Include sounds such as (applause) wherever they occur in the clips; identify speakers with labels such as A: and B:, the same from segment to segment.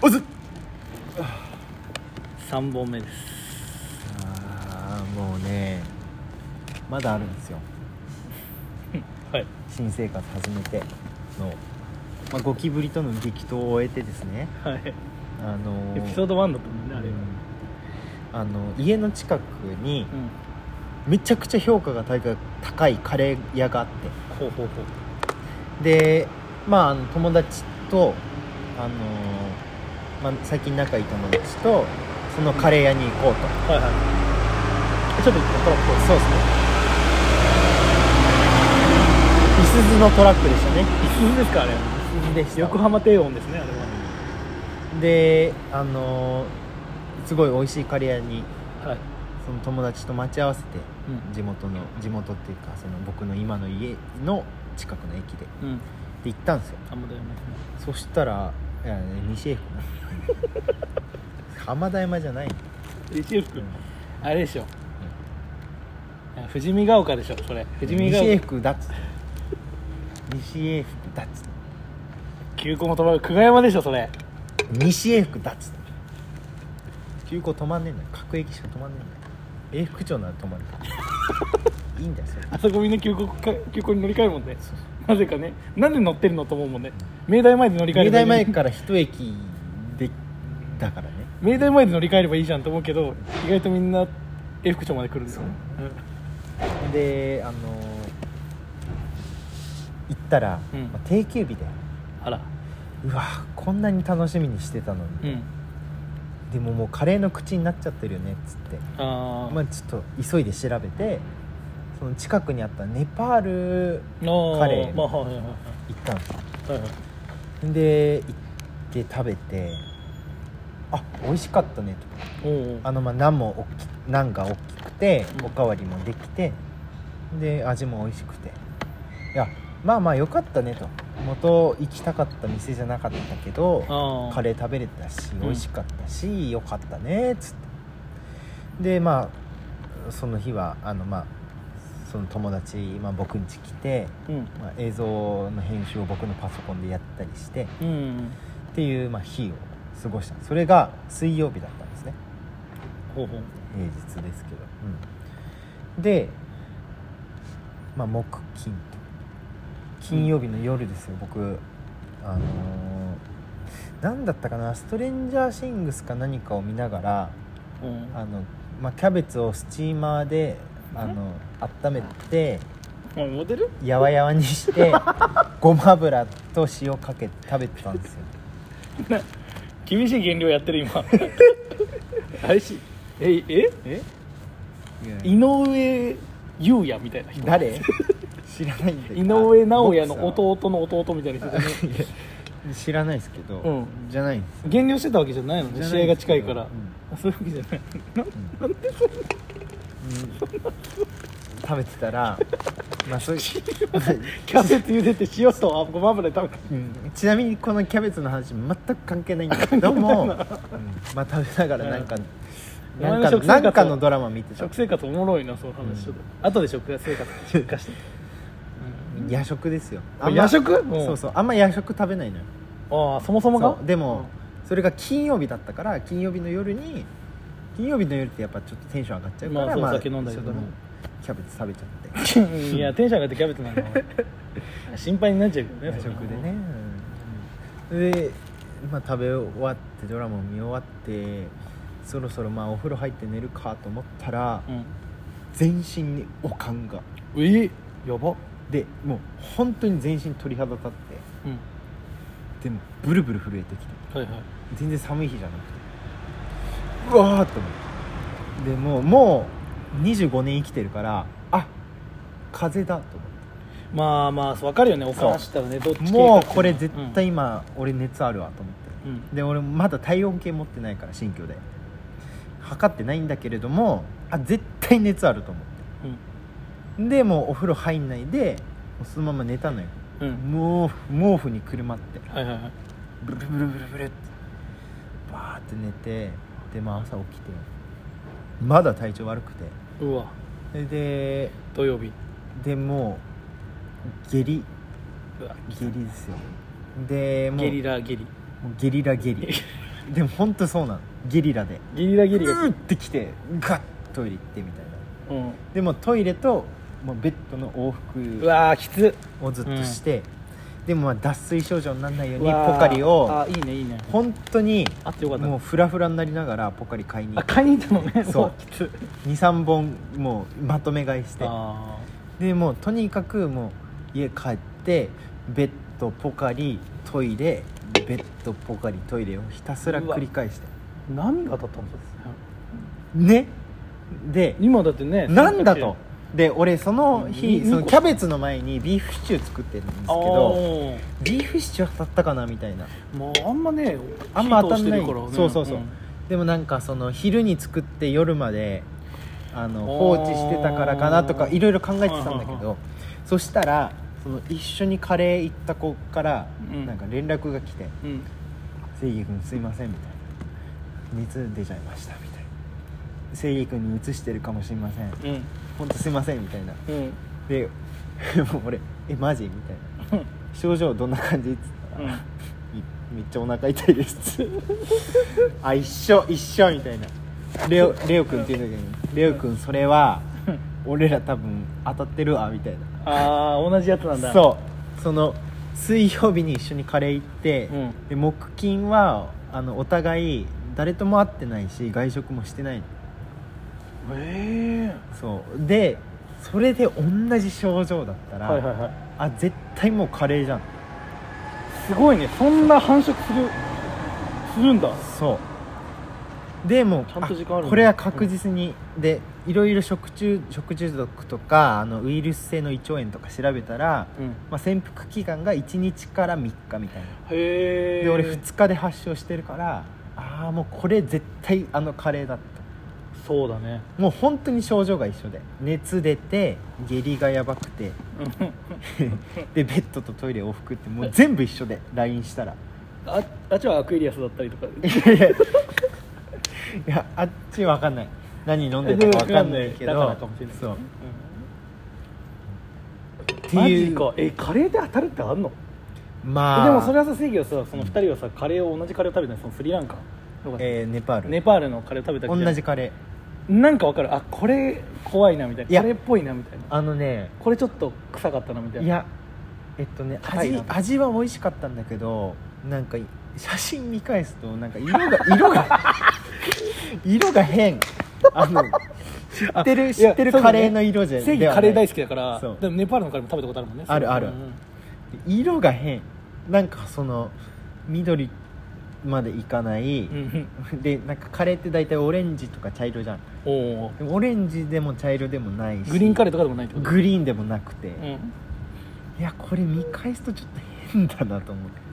A: おず
B: 3本目です
A: あーもうねまだあるんですよ
B: はい
A: 新生活始めての、まあ、ゴキブリとの激闘を終えてですね
B: はい
A: あの
B: エピソード1だったもんねあれは
A: あの家の近くに
B: うん
A: めちゃくちゃ評価が高い高いカレー屋があっ
B: ほうほうほう
A: てでまああの友達とあの、まあ、最近仲いい友達とそのカレー屋に行こうと、
B: はいは
A: ちょっとトラックそうですねいすゞのトラックでしたね
B: いいすゞですかあれ
A: いすゞでした
B: 横浜低音ですねあれは
A: であのすごい美味しいカレー屋に
B: はい、
A: その友達と待ち合わせて
B: うん
A: 地元の地元っていうかその僕の今の家の近くの駅で
B: うん、
A: で行ったんですよ
B: あんまだよね
A: そしたらいや、ね、西江福な (laughs) 浜田山じゃない、
B: 西福あれでしょ、いや富士見ヶ丘でしょそれ富士見ヶ
A: 西江
B: 丘
A: 福だっつって西江福だっつって
B: 急行も止まる久我山でしょそれ
A: 西英福だっつって急行止まんねえんだよ各駅しか止まんねえんだよ永福町なら
B: (laughs)
A: 止まるからいいんだよそれ
B: あそこみんな急行か急行に乗り換えるもんねなぜかねなんで乗ってるのと思うもんね明大前で乗り換え
A: 明
B: ればい
A: 大
B: いのに
A: 前から一駅でだからね
B: 明大前で乗り換えればいいじゃんと思うけど意外とみんな永福町まで来るんですよね
A: であの行ったら、
B: うん
A: まあ定休日で
B: あら
A: うわこんなに楽しみにしてたのに、
B: うん
A: でももうカレーの口になっちゃってるよねっつって
B: あー、
A: まあちょっと急いで調べてその近くにあったネパール
B: あー、
A: カレー
B: まあはいはいは
A: 行ったんですよ
B: いはいはい
A: で行って食べてあ美味しかったねと
B: おうおう
A: あのまあナンも大きナンが大きくて
B: うん
A: おかわりもできてで味も美味しくていやまあまあ良かったねと元行きたかった店じゃなかったけど
B: あ
A: カ
B: レ
A: レー食べれたし
B: ん
A: 美味しかったし良かったねっつってでまあその日はあのまあその友達、まあ、僕ん家来て、
B: ーうん
A: まあ、映像の編集を僕のパソコンでやったりして
B: うん
A: っていう、まあ、日を過ごしたそれが水曜日だったんですね
B: ほうほう
A: 平日ですけど、うん、で、まあ、木金と金曜日の夜ですよ、僕あのーなんだったかなストレンジャーシングスか何かを見ながら
B: うん
A: あの、まあ、キャベツをスチーマーであの温めて
B: あモデル
A: やわやわにしてごま油と塩かけて食べてたんですよ
B: 厳しい減量やってる (laughs) 今あれしええ
A: え
B: 井上優也みたいな人
A: 誰知らないんだ
B: 井上尚弥の弟の弟みたいな人でね
A: あいや知らないですけど、
B: うん
A: じゃないんです
B: 減量してたわけじゃないのね
A: じゃない
B: 試合が近いから、
A: うん
B: あそういうわけじゃない
A: 食べてたらまあそう (laughs) いう
B: キャベツ茹でて塩とあごま油で食べ
A: うんちなみにこのキャベツの話全く関係ないんだけども、うんまあ食べながらなんか、
B: ん
A: なん
B: お前の食
A: か
B: 生活を
A: なんかのドラマ見てた
B: 食生活おもろいなその話ちょっと、後で食生活出荷して、
A: 夜食ですよ
B: あ夜食うん
A: そうそうあんま夜食食べないのよ
B: ああそもそもが
A: そうでも、それが金曜日だったから金曜日の夜に金曜日の夜ってやっぱちょっとテンション上がっちゃうから、
B: まあそう酒飲んだりとかね
A: ちょっともうキャベツ食べちゃって
B: うんいやテンション上がってキャベツなの
A: (laughs)
B: 心配になっちゃうけどね
A: 夜食でね、うんで、まあ、食べ終わってドラマを見終わってそろそろまあお風呂入って寝るかと思ったら、
B: うん
A: 全身におかんが
B: えやば
A: でもう本当に全身鳥肌立って
B: うん
A: でもブルブル震えてきて
B: はいはい
A: 全然寒い日じゃなくてうわーっと思ってでもうもう25年生きてるからあ風邪だと思って
B: まあまあ分かるよねお
A: そう
B: かしたらねどっち系かっていの
A: も
B: は
A: うこれ絶対今俺熱あるわと思って
B: うん、
A: で俺まだ体温計持ってないから新居で測ってないんだけれどもあ絶対熱あると思っ
B: うん
A: てでもうお風呂入んないでもうそのまま寝たのよ
B: うんうん
A: もう毛布にくるまって
B: はいはいはい
A: ブルブルブルブルってバーって寝てでまあ朝起きてまだ体調悪くて
B: うわ
A: でで
B: 土曜日
A: でもう下痢
B: うわ
A: 下痢ですよでもう
B: ゲリラゲリ (laughs)
A: もうゲリラゲリでも本当そうなのゲリラで
B: ギリラギリが、
A: うーって来てガットイレ行ってみたいな
B: うん、
A: でもトイレともうベッドの往
B: う
A: 復
B: わーきつ
A: をずっとして、でもまあ脱水症状にならないよう
B: う
A: に
B: わー
A: ポカリを
B: あいいねいいね
A: 本当に
B: あってよかった
A: もうフラフラになりながらポカリ買いに
B: あ買いに行ったのね
A: そう
B: わ (laughs) きつ
A: 23本もうまとめ買いして
B: あ
A: でもうとにかくもう家帰ってベッドポカリトイレベッドポカリトイレをひたすら繰り返して
B: ー何が当たったんですか
A: ねで
B: 今だってね
A: なんだとで俺その日
B: に
A: そのキャベツの前にビーフシチュー作ってるんですけ
B: あ
A: ど
B: ー
A: ビーフシチュー当たったかなみたいな
B: もうあんまね
A: あんま当たんない
B: 火通してるからね
A: そうそうそうでもなんかその昼に作って夜まであの放
B: おー
A: 置してたからかなとかいろいろ考えてたんだけ
B: はいはい
A: どそしたらその一緒にカレー行った子から
B: うん
A: なんか連絡が来て
B: うん、うん
A: 「正義君すいません」みたいな「熱出ちゃいました」みたいな「正義君に移してるかもしれません
B: うん
A: 本当すいません」みたいな
B: うん
A: で (laughs) もう俺「えマジ?」みたいな「症状どんな感じ?」っつったらい「めっちゃお腹痛いです」 (laughs) っつってあ一緒一緒」みたいなレオレオ君っていう時に「レオ君それは
B: うん
A: 俺ら多分当たってるわ」みたい
B: ああ同じやつなん
A: な
B: だ
A: そうその水曜日に一緒にカレー行って、
B: うん
A: で木金はあのお互い誰とも会ってないし外食もしてないの
B: え
A: そうでそれで同じ症状だった
B: え
A: ら、
B: はいはいはい
A: あ絶対もうカレーじゃん
B: すごいねそんな繁殖するするんだ
A: そうでもう
B: ちゃんと時間あるんだ
A: これは確実に、でいろいろ食中食中毒とかあのウイルス性の胃腸炎とか調べたら、
B: うん
A: まあ、潜伏期間が1日から3日みたいな
B: へえ
A: で俺2日で発症してるからああもうこれ絶対あのカレーだった
B: そうだね
A: もう本当に症状が一緒で熱出て下痢がやばく
B: (laughs)
A: てでベッドとトイレ往復ってもう全部一緒で LINE したら
B: ああっちはアクエリアスだったりとか
A: いやいやいやあっちわかんない何飲んでたかわかんないけど
B: だからかもしれない
A: そうって
B: マ
A: い
B: ジ
A: う
B: かえカレーで当たるってあんの
A: まあ
B: でもそれはさ正義はさその2人はさカレーを同じカレーを食べてないそのスリランカとかさ
A: えーネパール
B: ネパールのカレーを食べたけど
A: 同じカレー
B: なんかわかるあこれ怖いなみたい
A: い
B: な
A: や
B: カレーっぽいなみたいな
A: あのね
B: これちょっと臭かったなみたいない
A: やえっとね
B: 高い
A: 味
B: な
A: 味は美味しかったんだけどなんか写真見返すとなんか色が (laughs) 色が色が変あの知ってる知ってるカレーの色じゃ
B: 正義
A: ではな
B: カレ
A: い
B: ー大好きだから
A: そう
B: でもネパールのカレーも食べたことあるもんね
A: あるある
B: うんうん
A: 色が変なんかその緑までいかない、
B: うん
A: (laughs) でなんかカレーって大体オレンジとか茶色じゃん
B: おお
A: でもオレンジでも茶色でもないし
B: グリーンカレ
A: レ
B: ーとかでもないってこと
A: グリーンでもなくて、
B: う
A: い
B: ん
A: やこれ見返すとちょっと変だなと思って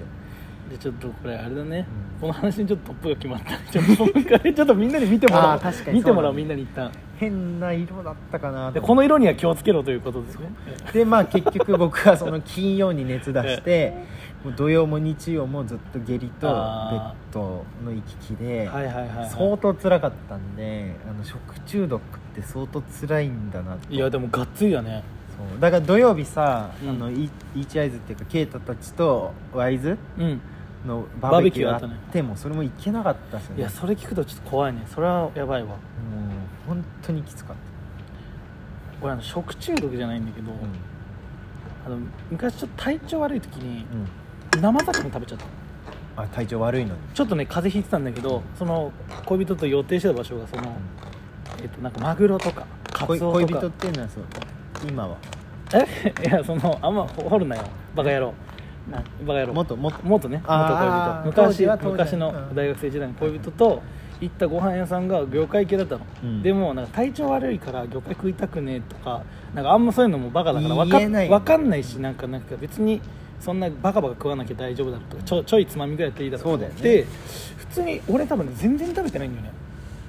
B: でちょっとこれあれだね、
A: うん
B: この話にちょっとトップが決まったちょっとそのカレーちょっとみんなに見てもらお
A: あー
B: う
A: 確かに
B: 見てもらおう
A: そ
B: み
A: うだね
B: んなに一旦
A: 変な色だったかなと
B: で
A: 思
B: こ
A: っ
B: の色には気をつけろということですね
A: てでまあ結局僕はその金曜に熱出してもう土曜も日曜もずっと下痢とベッ
B: あ
A: ドの行き来で、
B: はいはいはい、はい、
A: 相当辛かったんであの食中毒って相当辛いんだなと
B: いやでもがっつりだね
A: そうだから土曜日さ、
B: うん
A: あのイイーチアイズっていうかケイタたちとワイズ
B: うん
A: のバ
B: バー
A: ーベ
B: ベ
A: キ
B: キ
A: ュ
B: ュー
A: ーあ
B: あ
A: っ
B: った
A: て
B: ね
A: もそれも行けなかったですよ
B: い
A: ね
B: やそれ聞くとちょっと怖いねそれはやばいわ
A: もう本当にきつかっ
B: 俺あの食中毒じゃないんだけど、
A: たうん
B: あの昔ちょっと体調悪い時に
A: うん
B: 生魚食べちゃった
A: あ体調悪いのに
B: ちょっとね風邪ひいてたんだけどその恋人と予定してた場所がその、えっと、なんかマグロとかカツオ
A: 恋
B: とか
A: 恋人っていうのはそう今は
B: え (laughs) いやそのあんま掘るなよバカ野郎なバカ野郎
A: もっともっと
B: 元ね
A: あ
B: 元
A: ー
B: 恋人
A: 当時
B: 昔
A: は当時
B: 昔の大学生時代の恋人と行ったご飯屋さんが魚介系だったの、
A: うん
B: でもなんか体調悪いから魚介食いたくねえとかなんかあんまそういうのもバカだからわか
A: 言えない
B: わかんないしなんかなんか別にそんなバカバカ食わなきゃ大丈夫だろうとかちょちょいつまみぐらいやっていいだろと思っ
A: そうだよ
B: て普通に俺多分ね全然食べてないんだよね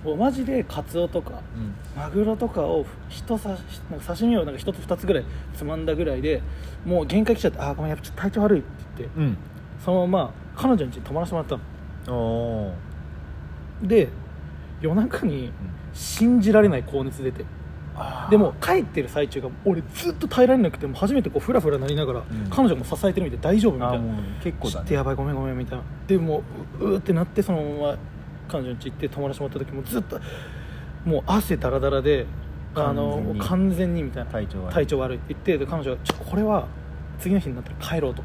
B: もうマジでカツオとか
A: うん
B: マグロとかを一さなんか刺身をなんか一つ二つぐらいつまんだぐらいでもう限界来ちゃってああごめんやっぱちょっと体調悪いって言って
A: うん
B: そのまま彼女の家に泊まらせてもらったの
A: おおー
B: で夜中に信じられない高熱出て
A: うあー
B: でも帰ってる最中が俺ずっと耐えられなくてもう初めてこうフラフラなりながら、
A: ん
B: 彼女も支えてるみたい大丈夫み
A: あ
B: た
A: ー
B: いな
A: もう結構
B: 知
A: だ
B: って
A: ね
B: やばいごめんごめんみたいなでもうううーってなってそのまま彼女に家行って友達もらった時もずっともう汗だらだらであの
A: 完全に
B: 完全にみたいな
A: 体調は
B: 体調悪いって言ってで彼女はちょこれは次の日になったら帰ろうと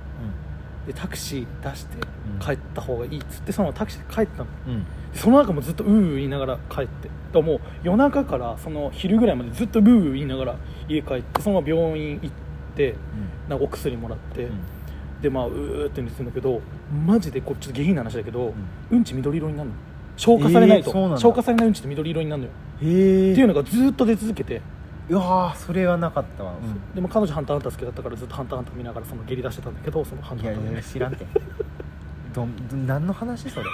B: でタクシー出して
A: うん
B: 帰った方がいいっつってそのままタクシーで帰ったの
A: うん、うん、
B: でその中もずっとうーうー言いながら帰ってだからもう夜中からその昼ぐらいまでずっとうーうー言いながら家帰ってそのまま病院行ってなんかお薬もらって、
A: うん
B: でまあうーって言ってるんだけどマジでこっちょっと下品な話だけど、うん、ち緑色になるの消化されないと、
A: えーそうなんだ
B: 消化されないうんちって緑色になるのよ、
A: へえ
B: っていう
A: の
B: のがずっと出続けて
A: うわーそれはなかったわ、う
B: でも彼女ハンターハンター好きだったからずっとハンターハンター見ながらその下痢出してたんだけどそのハン
A: ん、
B: ター
A: いや
B: ハンター
A: い
B: ね
A: や知ら
B: (laughs)
A: んてどんど何の話それ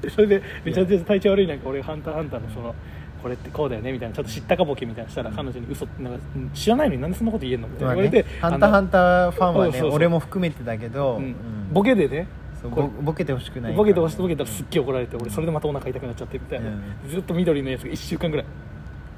B: で (laughs) それでめちゃめちゃ体調悪いなんか俺ハンターハンターのそのこれってこうだよねみたいなちょっと知ったかぼけみたいなしたら彼女に嘘ってなんかうん知らないのになんでそんなこと言えんのみたい
A: ま
B: な
A: あ
B: 言われて
A: ね、ハンターハンターファンは
B: そ
A: ね
B: うそうそう
A: 俺も含めてだけど、
B: あのうん
A: うん
B: ボケでね
A: そう
B: こ
A: ぼ
B: れ
A: ボケてほしくない
B: ボケて押してボケたらすっげえ怒られて俺それでまたお腹痛くなっちゃってみたいな、
A: うん
B: ずっと緑のやつが1週間ぐらい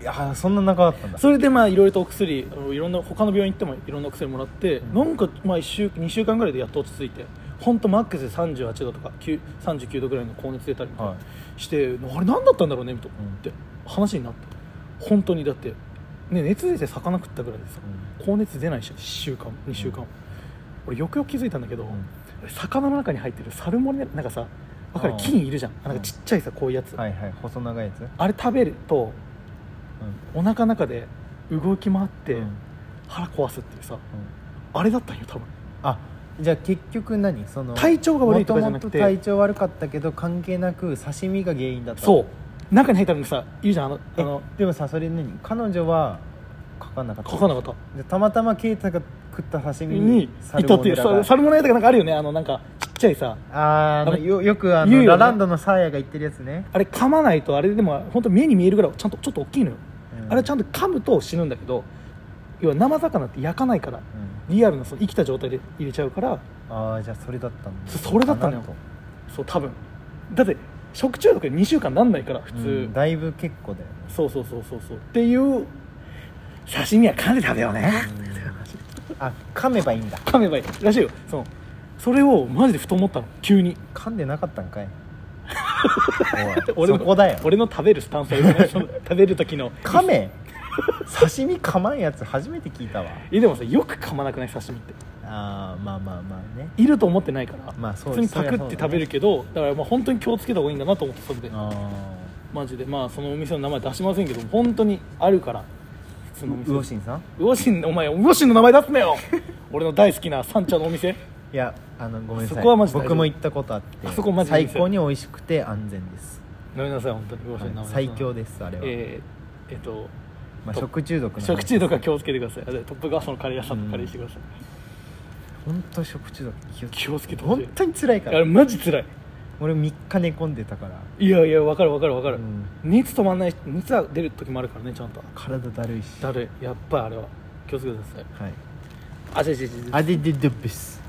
A: いやーそんな長かったんだ
B: それでまあいろいろとお薬あのいろんな他の病院行ってもいろんなお薬もらって、
A: うん
B: なんかまあ1週2週間ぐらいでやっと落ち着いて本当マックスで38度とか9 39度ぐらいの高熱出たりみたいな
A: はい
B: して、あれ何だったんだろうねみたいな、
A: うん
B: って話になって本当にだって、ね、熱出て魚食ったぐらいでさ高熱出ないし1週間2週間、
A: うん
B: 俺よくよく気づいたんだけど、
A: うん
B: 魚の中に入ってるサルモネラなんかさわかる
A: あー
B: 菌いるじゃんあなん
A: う
B: か
A: ん
B: ちっちゃいさこういうやつ、
A: はいはい細長いやつ、うん
B: あれ食べるとお腹の中で動き回って、
A: うんうん
B: 腹壊すっていうさあれだったんよ多分
A: あじゃあ結局何その
B: 体調が悪いとかじゃなく
A: も
B: て
A: ともと体調悪かったけど関係なく刺身が原因だった
B: そうう中に入ったのにさ言うじゃんあのあ
A: あ
B: の
A: のでもさそれ何彼女は書かなかった
B: 書かなかった
A: でたまたま啓太が食った刺
B: に
A: 身に
B: いたっていう
A: サ
B: さ
A: ルモネラが
B: サルモネラとかなんかあるよねあのなんかちっちゃいさ
A: あーあのよよくあの
B: 言うよね
A: ラランドのサーヤが言ってるやつね、
B: あれ噛まないとあれでも本当目に見えるぐらいちゃんとちょっと大きいのよ、
A: うん
B: あれちゃんと噛むと死ぬんだけど要は生魚って焼かないから
A: うん
B: リアルなその生きた状態で入れちゃうから
A: ああじゃあそれだったんだ
B: そそれだったのよ
A: かなと
B: そう多分だって食中毒で2週間なんないから普通、
A: うんだいぶ結構
B: (laughs)
A: だよね
B: そうそうそうそうそうっていう刺身は噛んで食べようね、
A: あ噛めばいいんだ
B: 噛めばいいらしいよそのそれをマジでふと思ったの急に
A: 噛んでなかったん
B: (laughs)
A: かいおい
B: 俺の
A: そこだよ
B: 俺の食べるスタ
A: (laughs)
B: ンスはよくないその食べる時の
A: 噛め刺身噛まんやつ初めて聞いたわ
B: えでもさよく噛まなくない刺身って
A: あーまあまあまあね
B: いると思ってないから、
A: まあそう
B: 普通にパクって食べるけどだ,、からまあ本当に気をつけた方がいいんだなと思ってそれで
A: あ
B: マジでまあそのお店の名前出しませんけど本当にあるから普通のお
A: ーうお
B: 店
A: しんさん
B: 魚心お前魚心の名前出すなよ俺の大好きな三茶のお店
A: いやあのごめんなさ
B: そ
A: い
B: こはマジで大丈夫
A: 僕も行ったことあって
B: あそこマジでいい
A: 最
B: ですよ
A: 高に美味しくて安全です、
B: ごめんなさい本当に魚心の名前
A: はい
B: 出すな
A: 最強ですあれは、
B: えー、えっと
A: まあ、
B: と
A: 食中毒の話
B: 食中毒は気をつけてくださいあでトップガースのカレー屋さんのカレーしてください、
A: 本当食中毒気を
B: 気をつけてほしい
A: 本当に辛いか
B: あれ
A: ら
B: マジ辛い
A: 俺3日寝込んでたから、
B: いやいや分かる分かる分かる、
A: うん
B: 熱止まんないし熱は出る時もあるからねちゃんと
A: 体だるいし
B: だるいやっぱりあれは気をつけてください
A: はい
B: あ違う違う違う
A: あでででブス